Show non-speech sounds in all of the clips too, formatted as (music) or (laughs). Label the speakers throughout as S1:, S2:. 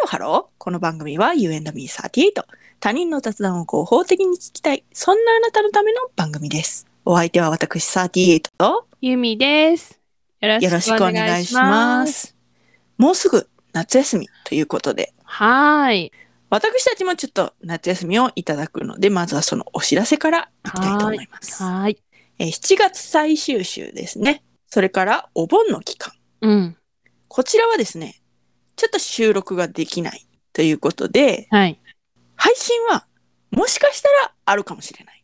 S1: ロハロー。この番組は You and me38。他人の雑談を合法的に聞きたい。そんなあなたのための番組です。お相手は私38と
S2: ゆみです。よ
S1: よろしくお願いします。。もうすぐ夏休みということで、
S2: はーい。
S1: 私たちもちょっと夏休みをいただくので、まずはそのお知らせからいきたいと思います。
S2: はーい。
S1: えー7月最終週ですね。それからお盆の期間。
S2: うん。
S1: こちらはですね、ちょっと収録ができないということで、
S2: はい。
S1: 配信はもしかしたらあるかもしれない。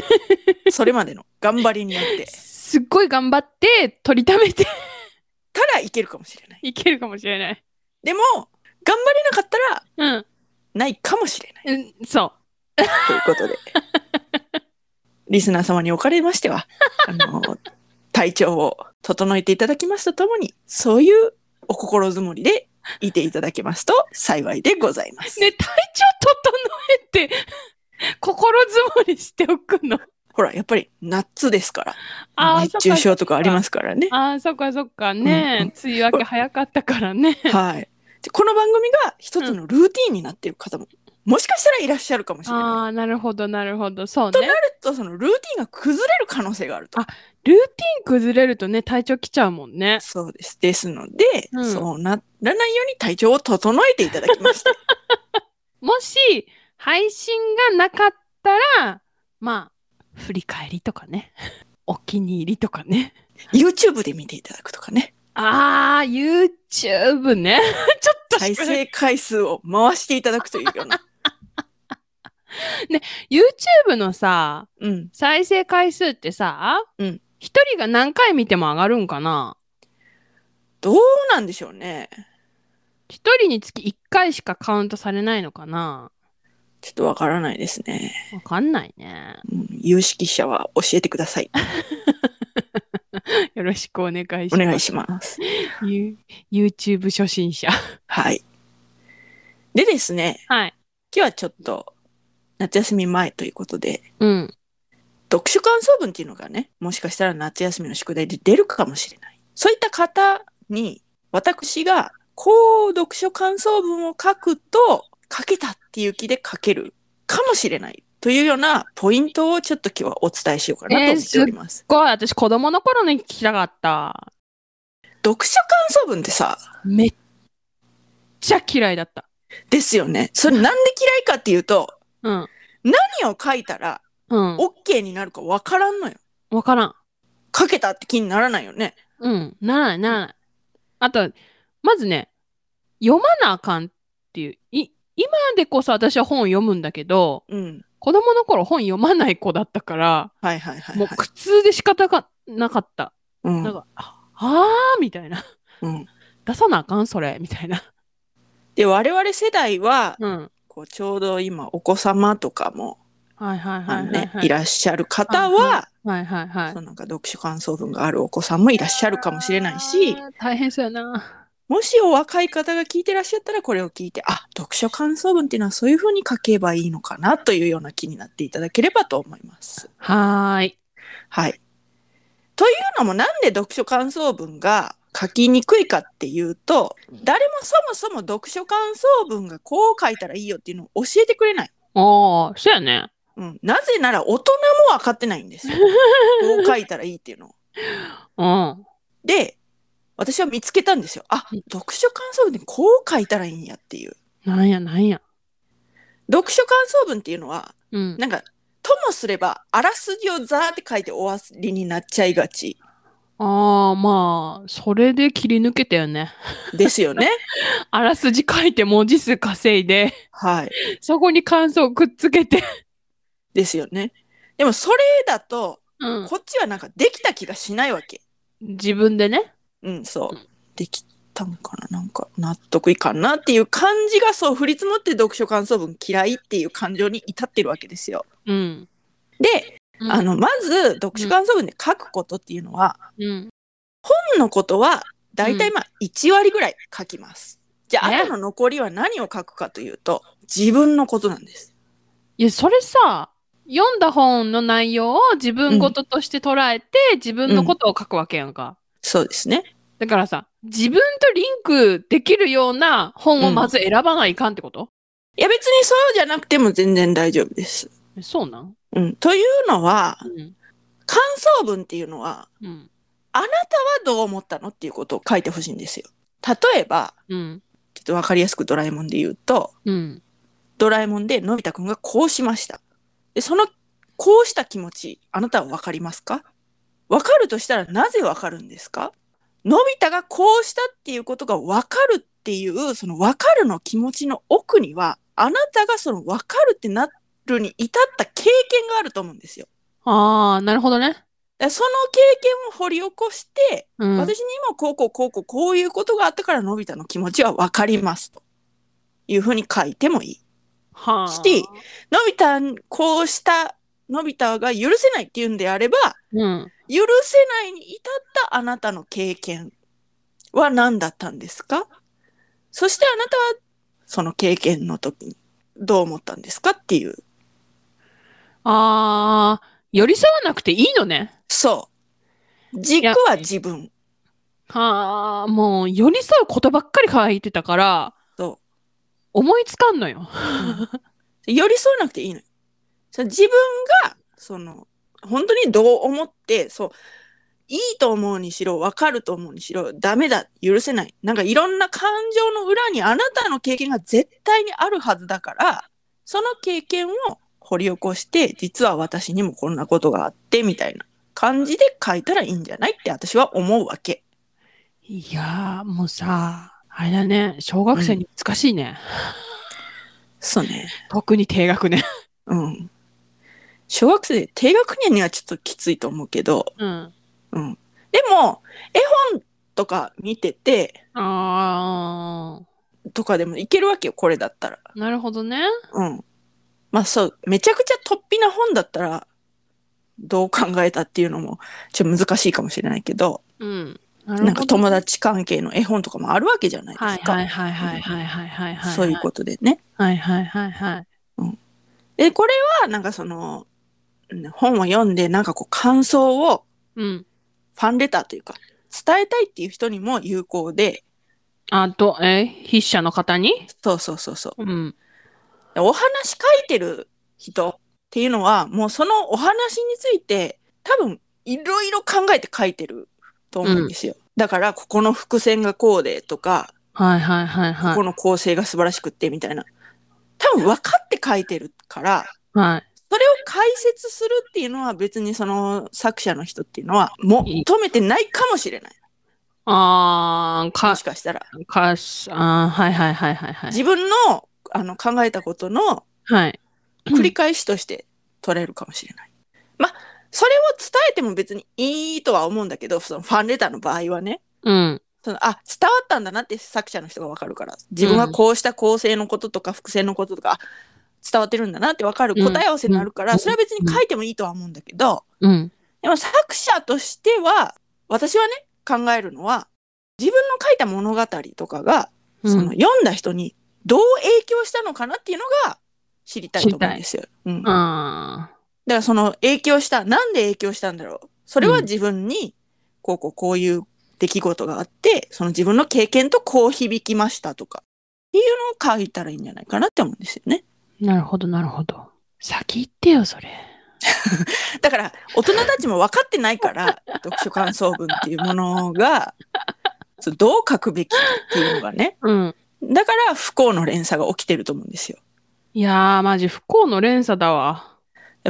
S2: (laughs)
S1: それまでの頑張りによって、
S2: すっごい頑張って、取りためて
S1: たらいけるかもしれない。
S2: いけるかもしれない。
S1: でも、頑張れなかったら
S2: うん。
S1: ないかもしれない。
S2: うん、そ
S1: という
S2: (laughs)
S1: ことで、リスナー様におかれましては、あの、体調を整えていただきますとともに、そういうお心づもりでいていただけますと幸いでございます。
S2: う。ね、体調整えて、心づもりしておくの。
S1: ほら、やっぱり夏ですから。
S2: あー
S1: 熱中症とかありますからね。
S2: ああ、そっかそっか
S1: うん
S2: ね。梅雨明け早かったか
S1: (laughs)
S2: らね。
S1: はい。でこの番組が一つのルーティンになっている方も、もしかしたらいらっしゃるかもしれない。
S2: ああ、なるほど、なるほど。そうね。
S1: ちょっとそのルーティンが崩れる可能性があると
S2: あ。ルーティン崩れるとね、体調きちゃうもんね。
S1: そうです。ですので、
S2: うん
S1: そうならないように体調を整えていただきま
S2: (laughs)
S1: した。
S2: もし配信がなかったらまあ振り返りとかね (laughs) お気に入りとかね
S1: YouTube で見ていただくとかね。
S2: あー YouTube ね (laughs) ちょっと
S1: 再生回数を回していただくというよう
S2: (laughs)
S1: な。
S2: YouTube のさ
S1: うん。
S2: 再生回数ってさ一、
S1: うん
S2: 人が何回見ても上がるんかな
S1: どうなんでしょうね。
S2: 一人につき1回しかカウントされないのかな
S1: ちょっとわからないですね。
S2: わかんないね。
S1: うん有識者は教えてください。
S2: よろしくお願いし
S1: お
S2: ます。
S1: 願いします。
S2: You- YouTube 初心者。
S1: はい。でですね、
S2: はい。
S1: 今日はちょっと夏休み前ということで、
S2: うん。
S1: 読書感想文っていうのがね、もしかしたら夏休みの宿題で出るかもしれない。そういった方に、私がこう読書感想文を書くと、書けたっていう気で書けるかもしれないというようなポイントをちょっと今日はお伝えしようかなと思っております。
S2: これ私子供の頃に聞きたかった。
S1: 読書感想文ってさ、
S2: めっちゃ嫌いだった。
S1: ですよね。それなんで嫌いかっていうと、
S2: うん。
S1: 何を書いたら
S2: うん。
S1: OK になるかわからんのよ。
S2: わからん。
S1: 書けたって気にならないよね。
S2: うん。ならない、ならない。あと、まずね、読まなあかんっていう。い、今でこそ私は本を読むんだけど、
S1: うん。
S2: 子供の頃本読まない子だったから、
S1: はいはいはい、はい。
S2: もう苦痛で仕方がなかった。
S1: うん
S2: なんか、ああーみたいな。 (laughs)
S1: うん、
S2: 出さなあかんそれ、みたいな。
S1: で我々世代は
S2: うん。
S1: こうちょうど今お子様とかも、
S2: はいはい
S1: あ
S2: はい
S1: の
S2: はい、
S1: ね
S2: はい
S1: らっしゃる方は、
S2: はいはいはい
S1: そ。のなんか読書感想文があるお子さんもいらっしゃるかもしれないし
S2: あー、大変そうやな。
S1: もしお若い方が聞いてらっしゃったらこれを聞いてあ読書感想文っていうのはそういうふうに書けばいいのかなというような気になっていただければと思います。
S2: はーい。
S1: はい。というのもなんで読書感想文が書きにくいかっていうと誰もそもそも読書感想文がこう書いたらいいよっていうのを教えてくれない。
S2: ああ、そうやね。
S1: うん、なぜなら大人も分かってないん
S2: (laughs)
S1: ですよ。こう書いたらいいっていうのを。
S2: うん。
S1: で私は見つけたんですよ。あ
S2: うん
S1: 読書感想文でこう書いたらいいんやっていう。
S2: なんやなんや。
S1: 読書感想文っていうのは
S2: うん。
S1: なんかともすればあらすじをザーって書いて終わりになっちゃいがち
S2: ああ、まあ、それで切り抜けたよね。
S1: です
S2: (laughs)
S1: よね。
S2: あらすじ書いて文字数稼いで、 (laughs)
S1: はい。
S2: そこに感想をくっつけて。
S1: ですよね。でもそれだと
S2: うん。
S1: こっちはなんかできた気がしないわけ。
S2: 自分でね。
S1: うん、そう
S2: う。
S1: できたんかななんか納得いかんなっていう感じがそう降り積もって読書感想文嫌いっていう感情に至ってるわけですよ。
S2: うん。
S1: で、
S2: うん
S1: あ、の、まず読書感想文で書くことっていうのは、
S2: うん。
S1: 本のことは大体まあ1割ぐらい書きます。じゃあ、
S2: ね
S1: あとの残りは何を書くかというと、自分のことなんです。
S2: いや、それさ、読んだ本の内容を自分事として捉えて、自分のことを書くわけやんか。
S1: そうですね。
S2: だからさ、自分とリンクできるような本をまず選ばないかんってこと、
S1: いや別にそうじゃなくても全然大丈夫です。
S2: えそうなん
S1: うん。というのは、
S2: うん。
S1: 感想文っていうのは、
S2: うん。
S1: あなたはどう思ったのっていうことを書いてほしいんですよ。例えば、
S2: うん。
S1: ちょっとわかりやすくドラえもんで言うと、
S2: うん。
S1: ドラえもんでのび太くんがこうしました。で、その、こうした気持ち、あなたはわかりますかわかるとしたらなぜわかるんですかのび太がこうしたっていうことがわかるっていう、そのわかるの気持ちの奥には、あなたがそのわかるってなるに至った経験があると思うんですよ。
S2: ああ、なるほどね。
S1: だからその経験を掘り起こして、
S2: うん。
S1: 私にもこうこうこうこうこういうことがあったからのび太の気持ちはわかりますというふうに書いてもいい。
S2: はあ
S1: してのび太こうしたのび太が許せないっていうんであれば
S2: うん。
S1: 許せないに至ったあなたの経験は何だったんですかそしてあなたはその経験の時にどう思ったんですかっていう
S2: ああ、寄り添わなくていいのね。
S1: そう軸は自分
S2: はあ、もう寄り添うことばっかり書いてたから、
S1: と
S2: 思いつかんのよ。
S1: 寄り添わなくていいのよ。その自分がその本当にどう思ってそういいと思うにしろ分かると思うにしろダメだ許せないなんかいろんな感情の裏にあなたの経験が絶対にあるはずだからその経験を掘り起こして実は私にもこんなことがあってみたいな感じで書いたらいいんじゃないって私は思うわけ。
S2: いやー、もうさ、あれだね、小学生に難しいね。
S1: そうね。
S2: 特に低学年。
S1: うん。小学生低学年にはちょっときついと思うけど、
S2: うん。
S1: うん。でも、絵本とか見てて、
S2: あ
S1: とかでもいけるわけよ、これだったら。
S2: あ、なるほどね。
S1: うん。まあそう、めちゃくちゃ突飛な本だったら、どう考えたっていうのも、ちょっと難しいかもしれないけど、
S2: うん。な
S1: なんか友達関係の絵本とかもあるわけじゃないで
S2: はい
S1: すか。
S2: はいはいはいはいはいはいはい。
S1: そういうことでね。
S2: と。はいはいはいはい。
S1: で、これは、なんかその、うん本を読んで、なんかこう、感想を
S2: うん。
S1: ファンレターというか、伝えたいっていう人にも有効で、
S2: あと、え、筆者の方に
S1: そうそうそうそう。
S2: うん。
S1: お話書いてる人っていうのはもうそのお話について多分いろいろ考えて書いてると思うんですよ、だからここの伏線がこうでとか、
S2: はいはいはい
S1: ここ
S2: は
S1: の構成が素晴らしくってみたいな多分分かって書いてるから
S2: い。はい。
S1: それを解説するっていうのは別にその作者の人っていうのは求めてないかもしれない
S2: あー、
S1: も
S2: か
S1: し、かしたら
S2: かし、あー、はいはいはいはいはい。
S1: 自分のあの考えたことの
S2: はい。
S1: 繰り返しとして取れるかもしれない。まあそれを伝えても別にいいとは思うんだけどそのファンレターの場合はね
S2: うん。
S1: そのあ伝わったんだなって作者の人がわかるから自分はこうした構成のこととか伏線のこととかあ伝わってるんだなってわかる答え合わせになるから、
S2: うん
S1: それは別に書いてもいいとは思うんだけど
S2: うん。
S1: でも作者としては私はね考えるのは自分の書いた物語とかが、
S2: うん
S1: その読んだ人にどう影響したのかなっていうのが知りたいと思うんですよ。うん
S2: あ
S1: だからその影響した、なんで影響したんだろう。それは自分に、こうこうこういう出来事があって、その自分の経験とこう響きましたとか、っていうのを書いたらいいんじゃないかなって思うんですよね。
S2: ー、なるほどなるほど。先言ってよ、それ。
S1: だから、大人たちも分かってないから、 (laughs) 読書感想文っていうものが、そうどう書くべきかっていうのがね。
S2: うん。
S1: だから、不幸の連鎖が起きてると思うんですよ。
S2: いやー、マジ不幸の連鎖だわ。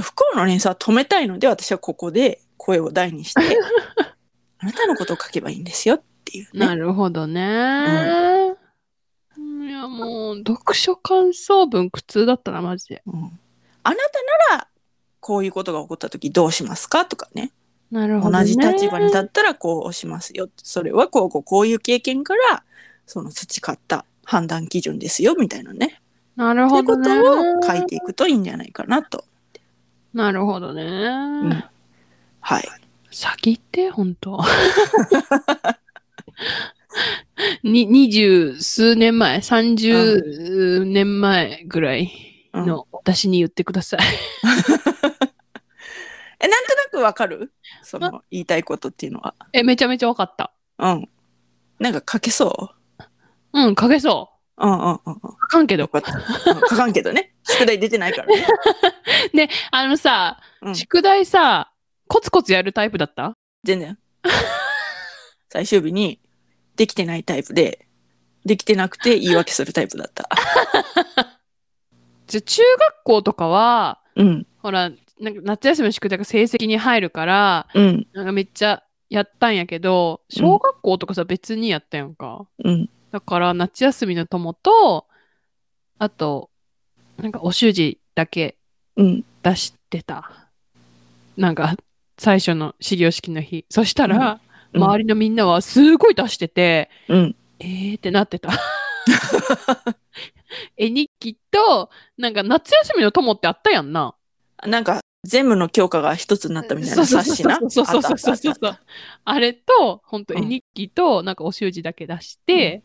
S1: 不幸の連鎖を止めたいので、私はここで声を大に (laughs) して、あなたのことを書けばいいんですよっていう、ね。
S2: なるほどね。いや、もう、読書感想文苦痛だったな、マジで。
S1: うんあなたならこういうことが起こった時どうしますかとかね
S2: なるほど、
S1: 同
S2: ね。
S1: じ立場に立ったらこうしますよそれはこうこうこういう経験からその培った判断基準ですよみたいなね
S2: なる
S1: って
S2: ほ
S1: こ
S2: どね。
S1: とを書いていくといいんじゃないかなと、
S2: なるほどね。
S1: うんはい
S2: 先言って、ほんと。 (laughs) に、二十数年前、三十年前ぐらいの私に言ってください。
S1: えなんとなくわかるその言いたいことっていうのは
S2: え、めちゃめちゃわかった。
S1: うんなんか書けそ
S2: うん、書けそ
S1: う
S2: う
S1: んうんうんうん。
S2: う。書かんけ
S1: よ
S2: ど。
S1: かった。うん書かんけどね。宿題出てないからね。
S2: あのさ、
S1: うん
S2: 宿題さ、コツコツやるタイプだった
S1: 全然。最終日にできてないタイプで、できてなくて言い訳するタイプだった。
S2: じゃ、中学校とかは、
S1: うん、
S2: ほら、なんか夏休みの宿題が成績に入るから、
S1: うん、
S2: なんかめっちゃやったんやけど、小学校とかさ、別にやったやんか。
S1: うん、
S2: だから、夏休みの友と、あと、なんかお習字だけ
S1: うん。
S2: 出してた。なんか、最初の始業式の日。そしたら、
S1: うん
S2: 周りのみんなはすごい出してて、
S1: うん、
S2: えーってなってた。 (laughs) 絵日記と、なんか夏休みの友ってあったやんな。
S1: なんか全部の教科が一つになったみたいな
S2: そう
S1: 冊子な。
S2: そうそうそうそうそうそ
S1: あ
S2: う
S1: ったあったあっ
S2: あれと、本当
S1: うん
S2: 絵日記と、なんかお習字だけ出して、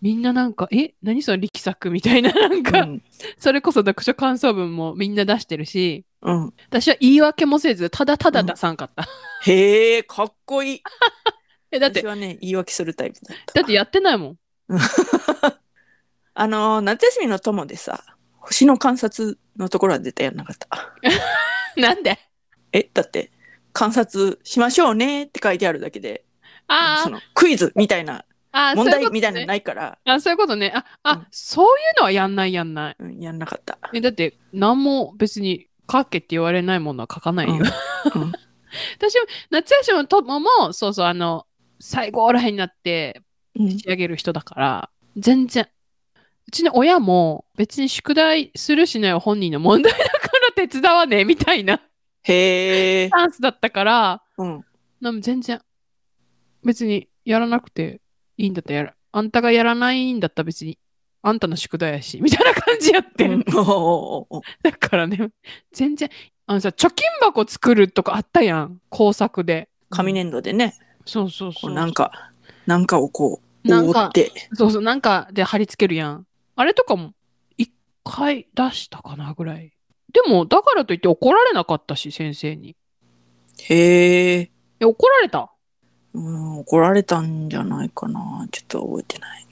S2: みんななんか、え、何その力作みたいな、 (laughs) なん
S1: た
S2: か、それこそ読書感想文もみんな出してるし、
S1: うん、うん。
S2: 私は言い訳もせず、ただただ出さんかった。
S1: へえ、かっこいい。
S2: え、だって
S1: 私、はね、言い訳するタイプだった。
S2: だってやってないもん。
S1: あのー夏休みの友でさ、星の観察のところは絶対やんなかった。 (laughs)
S2: なんで
S1: え、だって、観察しましょうねって書いてあるだけで、
S2: あ
S1: そ
S2: ー
S1: のクイズみたいな、
S2: あー、
S1: 問
S2: そういう
S1: 題
S2: ことね
S1: みたいなのないから、
S2: あ、そういうことね。あ、あ、
S1: うん
S2: そういうのはやんないやんない。
S1: うん、やんなかった。
S2: え、だって、何も別に書けって言われないものは書かないよ。
S1: うんうん
S2: 私は、夏休みの友も、そうそう、あの、最後らへんになって
S1: うん
S2: 仕上げる人だから、全然。うちの親も別に宿題するしないは本人の問題だから手伝わねえみ
S1: (laughs)
S2: たいなス
S1: へえ、
S2: タンスだったから、
S1: うん、
S2: なん全然、別にやらなくていいんだったらやら、あんたがやらないんだったら別に、あんたの宿題やし、みたいな感じやって。
S1: うんおうおうおう
S2: だからね、全然、あのさ、貯金箱作るとかあったやん、工作で。
S1: 紙粘土でね、
S2: そうそう
S1: こ
S2: そうう。
S1: なんか、なんかをこう、
S2: なん
S1: 覆
S2: か
S1: っ、て。
S2: そうそう、なんかで貼り付けるやん。あれとかも、一回出したかなぐらい。でも、だからといって怒られなかったし、先生に。
S1: へえ、
S2: え、怒られた
S1: うん、怒られたんじゃないかな。ちょっと覚えてない。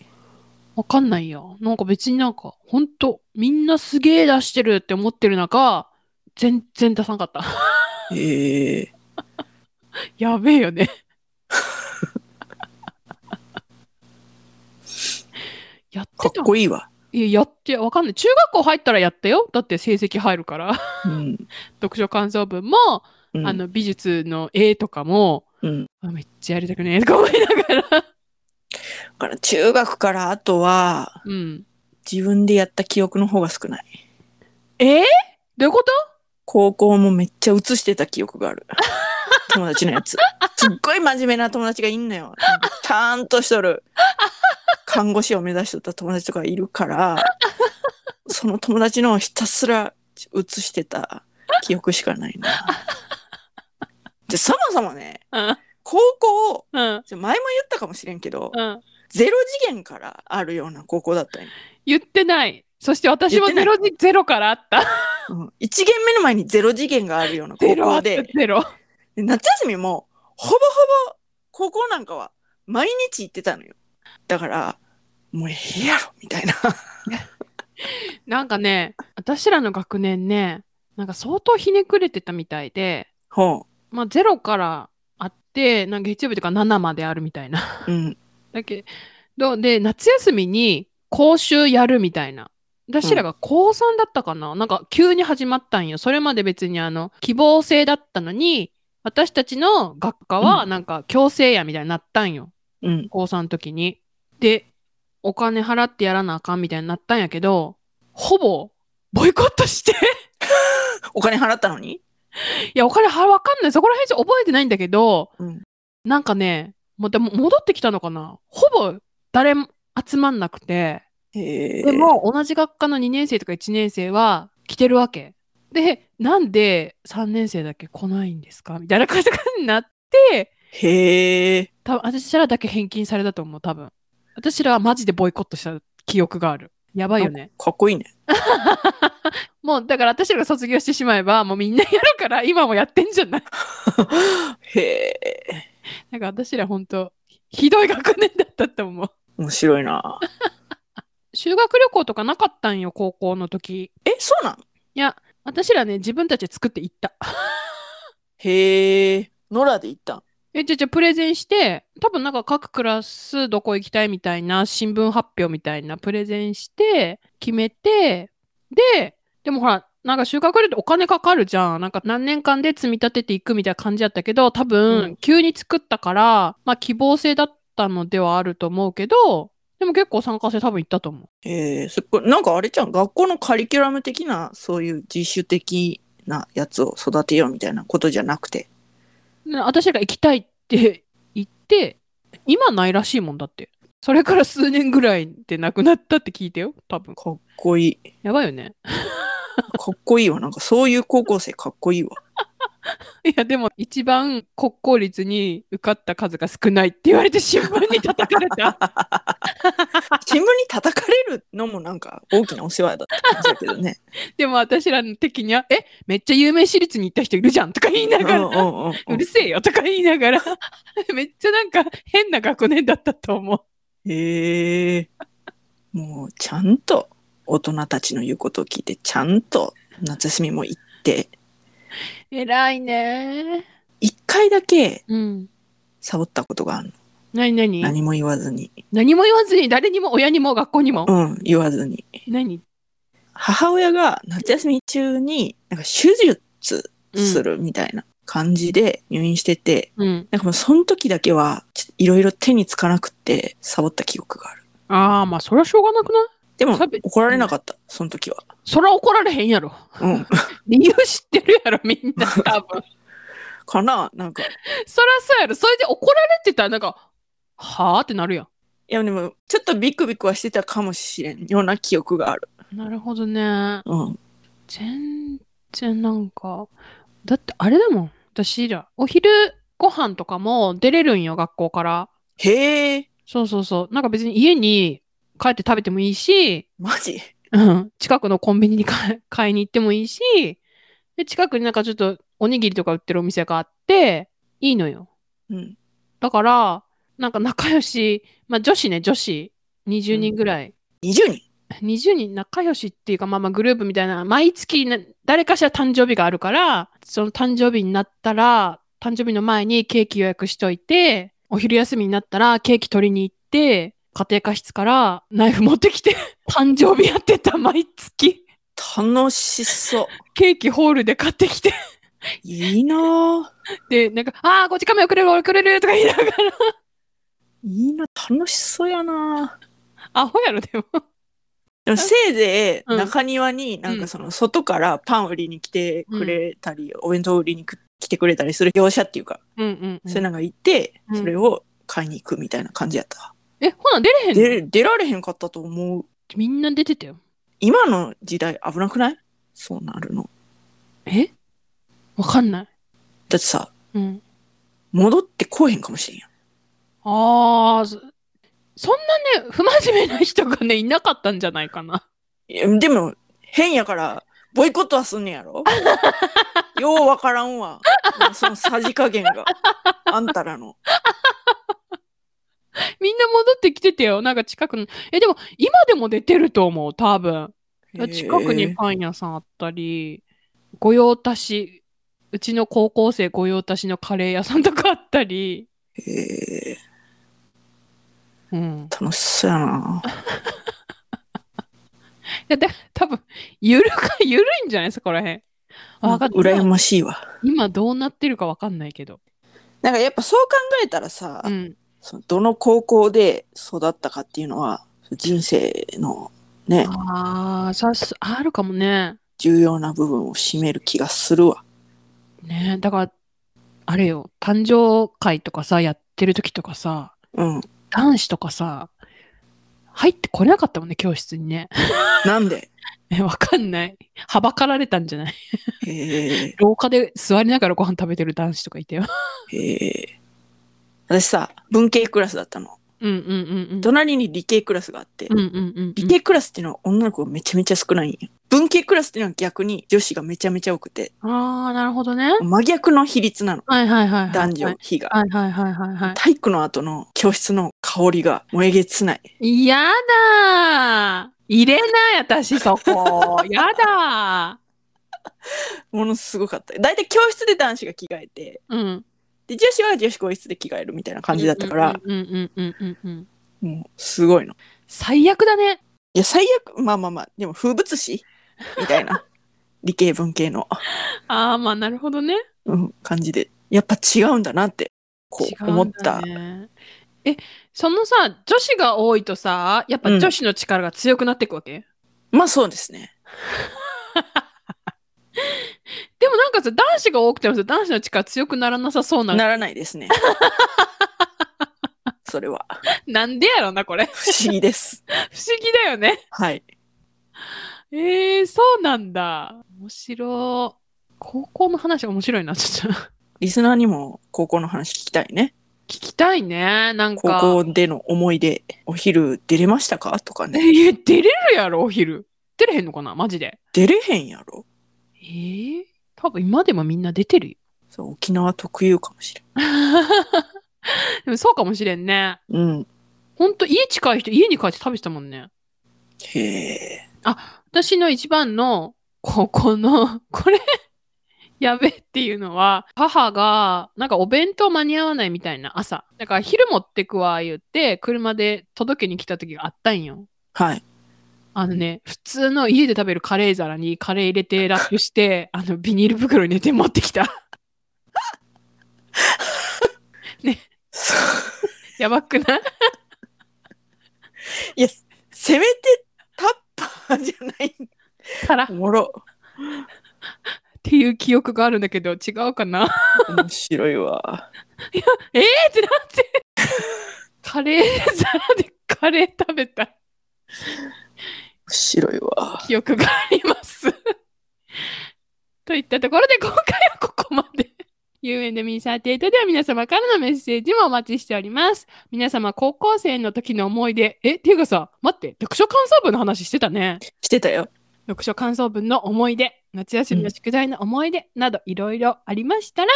S2: わかんないや。なんか別になんか、ほんと、みんなすげえ出してるって思ってる中、全然出さんかった。 (laughs)
S1: へえ、
S2: やべえよね。 (laughs) やって
S1: か
S2: た
S1: っこいいわ。
S2: いや、やって、わかんない。中学校入ったらやったよ。だって成績入るから。 (laughs)
S1: うん、
S2: 読書感想文も、
S1: うん、
S2: あの、美術の絵とかも、
S1: うん。
S2: あめっちゃやりたくね (laughs) えとか思いながら。
S1: だから中学からあとは、
S2: うん。
S1: 自分でやった記憶の方が少ない。
S2: えー、どういうこと
S1: 高校もめっちゃ写してた記憶がある。 (laughs) 友達のやつ。すっごい真面目な友達がいんのよ。なんかちゃんとしとる。看護師を目指しとった友達とかいるから、その友達のひたすら写してた記憶しかないな。で、そもそもね、
S2: うん。
S1: 高校、
S2: うん。
S1: 前も言ったかもしれんけど、
S2: うん。
S1: ゼロ次元からあるような高校だったんよ
S2: 言ってない。そして私は
S1: 言って
S2: ゼ
S1: な
S2: ロにゼロからあ (laughs) った。
S1: うん、1限目の前にゼロ次元があるような高
S2: ゼロあ
S1: 校
S2: った
S1: で、
S2: ゼロ。
S1: で夏休みもほぼほぼ高校なんかは毎日行ってたのよだからもうええやろみたいな (laughs)
S2: なんかね、私らの学年ね、なんか相当ひねくれてたみたいで、
S1: ほ
S2: まあゼロからあって、なんか月曜日とか7まであるみたいな。
S1: ううん
S2: だけど、で、夏休みに講習やるみたいな。私らが高3だったかな、なんか急に始まったんよ。それまで別にあの、希望制だったのに、私たちの学科はなんか強制やみたいになったんよ。
S1: うん
S2: 高3の時に。で、お金払ってやらなあかんみたいになったんやけど、ほぼ、ボイコットして。 (laughs)
S1: お金払ったのに
S2: いや、お金はわかんない。そこら辺じゃ覚えてないんだけど、
S1: うん
S2: なんかね、また戻ってきたのかなほぼ誰も集まんなくて、
S1: へえ
S2: でも同じ学科の2年生とか1年生は来てるわけ。で、なんで3年生だけ来ないんですかみたいな感じになって、
S1: へえ
S2: 多分私らだけ返金されたと思う、多分。私らはマジでボイコットした記憶がある。やばいよね。
S1: かっこいいね (laughs)
S2: もうだから私らが卒業してしまえば、もうみんなやるから今もやってんじゃない
S1: へえ
S2: なんか私ら本当ひひどい学年だっったと思う。
S1: 面白いな。
S2: 修学旅行とかなかったんよ、高校の時。
S1: え、そうなん
S2: いや、私らね、自分たちで作って行った。
S1: へえ。野良で行ったん。
S2: え、じゃあじゃあプレゼンして、多分なんか各クラスどこ行きたいみたいな、新聞発表みたいなプレゼンして、決めて、で、でもほら、なんか修学旅行ってお金かかるじゃん。なんか何年間で積み立てていくみたいな感じだったけど、多
S1: う
S2: 分
S1: ん
S2: 急に作ったから、まあ希望性だったのではあると思うけど、でも結構参加性多分行ったと思う。
S1: へえ、すっごい。なんかあれじゃん。学校のカリキュラム的な、そういう自主的なやつを育てようみたいなことじゃなくて。
S2: な私が行きたいって言って、今ないらしいもんだって。それから数年ぐらいで亡くなったって聞いてよ、多分。
S1: かっこいい。
S2: やばいよね。
S1: かっこいいわ。なんかそういう高校生かっこ
S2: (laughs)
S1: いいわ。
S2: いや、でも一番国公立に受かった数が少ないって言われて新聞に叩かれた。
S1: (laughs) 新聞に叩かれるのもなんか大きなお世話だった感じだけどね。
S2: でも私らの的には、え、めっちゃ有名私立に行った人いるじゃんとか言いな
S1: うん
S2: が
S1: うん
S2: ら、
S1: うんうん
S2: うるせえよとか言いながら、 (laughs) めっちゃなんか変な学年だったと思う。
S1: へえもうちゃんと大人たちの言うことを聞いてちゃんと夏休みも行って
S2: 偉いね。
S1: 一回だけ
S2: うん。
S1: サボったことがあるの
S2: 何何何
S1: 何も言わずに
S2: も言わずに、誰にも親にも学校にも。
S1: うん言わずに
S2: 何
S1: 母親が夏休み中になんか手術す。るみたいな感じで入院してて、
S2: うん。うん
S1: なんかもうその時だけはいろいろ手につかなくってサボった記憶がある
S2: ああ、まあそりゃしょうがなくない
S1: でも
S2: サボ
S1: 怒られなかったその時は
S2: そりゃ怒られへんやろ。
S1: うん (laughs)
S2: 理由知ってるやろ、みんな多分。
S1: かななんか
S2: そらそうやろ。それで怒られてたら、なんか、はあってなるや
S1: いやでもちょっとビクビクはしてたかもしれんような記憶がある。
S2: ん。なるほどね。
S1: うん。
S2: 全然なんか、だってあれだもん。私ら、お昼ご飯とかも出れるんよ、学校から。
S1: へえ、
S2: そうそうそう。なんか別に家に帰って食べてもいいし、
S1: マジ
S2: うん、近くのコンビニに買い (laughs) 買いに行ってもいいし、で、近くになんかちょっとおにぎりとか売ってるお店があって、いいのよ。
S1: うん。
S2: だから、なんか仲良し、まあ女子ね、女子20人ぐらい
S1: 20人
S2: 20人仲良しっていうか、まあ、まあグループみたいな毎月な誰かしら誕生日があるからその誕生日になったら誕生日の前にケーキ予約しといてお昼休みになったらケーキ取りに行って家庭科室からナイフ持って (laughs) きて誕生日やってた毎月
S1: 楽しそう。
S2: ケーキホールで買ってきて
S1: いいなぁ。
S2: でなんか「ああ5時間目遅れる遅れる」とか言いな (laughs) がら
S1: いいな楽しそうやなぁ。
S2: アホやろでも
S1: でもせいぜい
S2: うん
S1: 中庭になんかその外からパン売りに来てくれたり、お弁当売りにく来てくれたりする業者っていうか、
S2: うんうん、
S1: そういうのがいて、
S2: うん
S1: それを買いに行くみたいな感じやった。
S2: えほな出れへんの
S1: で出られへんかったと思う。
S2: みんな出てたよ
S1: 今の時代危なくないそうなるの。
S2: えわかんない
S1: だってさ、
S2: うん
S1: 戻ってこえへんかもしれんやん。
S2: ああ、そそんなね、不真面目な人がね、いなかったんじゃないかな。 (laughs)
S1: いやでも変やからボイコットはすんねや (laughs) ろようわからんわ (laughs) そのさじ加減があんたら (laughs) の
S2: みんな戻ってきててよ、なんか近くの。え、でも、今でも出てると思う、多分。近くにパン屋さんあったり、御用達、うちの高校生御用達のカレー屋さんとかあったり。
S1: へえ
S2: うん。
S1: 楽しそうやない
S2: や、で、多分、ゆるか、 (laughs) ゆるいんじゃないそこらへん。あわかんない
S1: 羨ましいわ
S2: 今どうなってるかわかんないけど。
S1: なんかやっぱそう考えたらさ、
S2: うん。
S1: そのどの高校で育ったかっていうのは人生のね
S2: ああ、さす、あるかもね。
S1: 重要な部分を占める気がするわ
S2: ねえだからあれよ誕生会とかさやってる時とかさ
S1: うん
S2: 男子とかさ入ってこれなかったもんね教室にね (laughs)
S1: なんで
S2: えわかんないはばかられたんじゃない (laughs)
S1: へえ
S2: 廊下で座りながらご飯食べてる男子とかいたよ
S1: へえ私さ文系クラスだったの
S2: (laughs) うんうんうんうん
S1: 隣に理系クラスがあって、
S2: うんうんうんうん
S1: 理系クラスっていうのは女の子がめちゃめちゃ少ないんや。文系クラスっていうのは逆に女子がめちゃめちゃ多くて、
S2: ああ、なるほどね。
S1: 真逆の比率なの。
S2: はいはいはいはい。
S1: 男女比が。
S2: はいはいはいはいは
S1: 体育の後の教室の香りがもうえげつない。
S2: い。やだー入れない、私そ (laughs) こ。やだ
S1: ものすごかった。大体教室で男子が着替えて、
S2: ーうん。
S1: で、女子は女子更衣室で着替えるみたいな感じだったから、
S2: うんうんうんうんうんうん。
S1: もうすごいの。
S2: 最悪だね。
S1: いや、最悪、まあまあまあ、でも風物詩みたいな。理系文系の、
S2: ああ、まあなるほどね。
S1: うん、感じで。やっぱ違うんだなって、こう
S2: 違うんだ
S1: 思った。
S2: ねえ、そのさ、女子が多いとさ、やっぱ女子の力が強くなっていくわけ、
S1: まあそうですね。
S2: でもなんかさ、男子が多くてもさ、男子の力強くならなさそうな。な
S1: ならないです
S2: (laughs)
S1: ね。それは
S2: んでやろな、これ。 (laughs) 不
S1: 不思議です。
S2: 思議だよね。
S1: はい。
S2: えー、そうなんだ。面白い。高校の話面白いな、ちょっと。
S1: リスナーにも高校の話聞きたいね。
S2: 聞きたいね、なんか。
S1: 高校での思い出、お昼出れましたかとか
S2: え
S1: ね。
S2: ー出れるやろ、お昼。出れへんのかな、マジで。
S1: 出れへんやろ。
S2: えー、多分今でもみんな出てるよ。 (laughs)
S1: そう沖縄特有かもしれ
S2: でもそうかもしれんね。
S1: ん。うん。
S2: ほんと家近い人家に帰って食べてたもんね。
S1: へえ。
S2: 私の一番の高校の (laughs) これやべえっていうのは母がなんかお弁当間に合わないみたいな朝だから昼持ってくわ言って車で届けに来た時があったんよ。
S1: はい。
S2: あのね、普通の家で食べるカレー皿にカレー入れてラップして、 (laughs) あの、ビニール袋に寝て持ってきた。 (laughs)
S1: そう
S2: やばくない
S1: (laughs) いや、せめてタッパーじゃない。
S2: からっ
S1: おもろ。
S2: ていう記憶があるんだけど、違うかな
S1: 面白いわ。
S2: えーってなって。カレー皿でカレー食べた
S1: 面白いわ。
S2: 記憶があります。 (laughs) といったところで今回はここまで。U&Me38 では皆様からのメッセージもお待ちしております。皆様高校生の時の思い出。え、っていうかさ、待って、読書感想文の話してたね。
S1: してたよ。
S2: 読書感想文の思い出、夏休みの宿題の思い出などいろいろありましたら、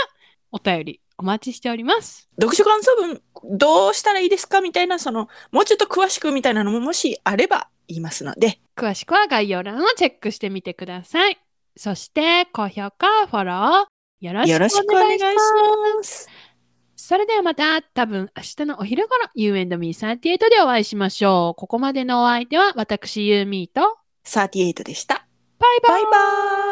S2: お便りお待ちしております。
S1: 読書感想文どうしたらいいですかみたいな、その、もうちょっと詳しくみたいなのももしあれば言いますので、
S2: 詳しくは概要欄をチェックしてみてください。そして、高評価、フォロー、よろ
S1: よろ
S2: し
S1: し
S2: く
S1: く
S2: お
S1: お
S2: 願
S1: 願
S2: い
S1: いし
S2: します。
S1: ます。
S2: それではまた、多分明日のお昼頃、You and Me38 でお会いしましょう。ここまでのお相手は、私、ユーミーと、
S1: 38でした。
S2: バイバイ
S1: バイバイ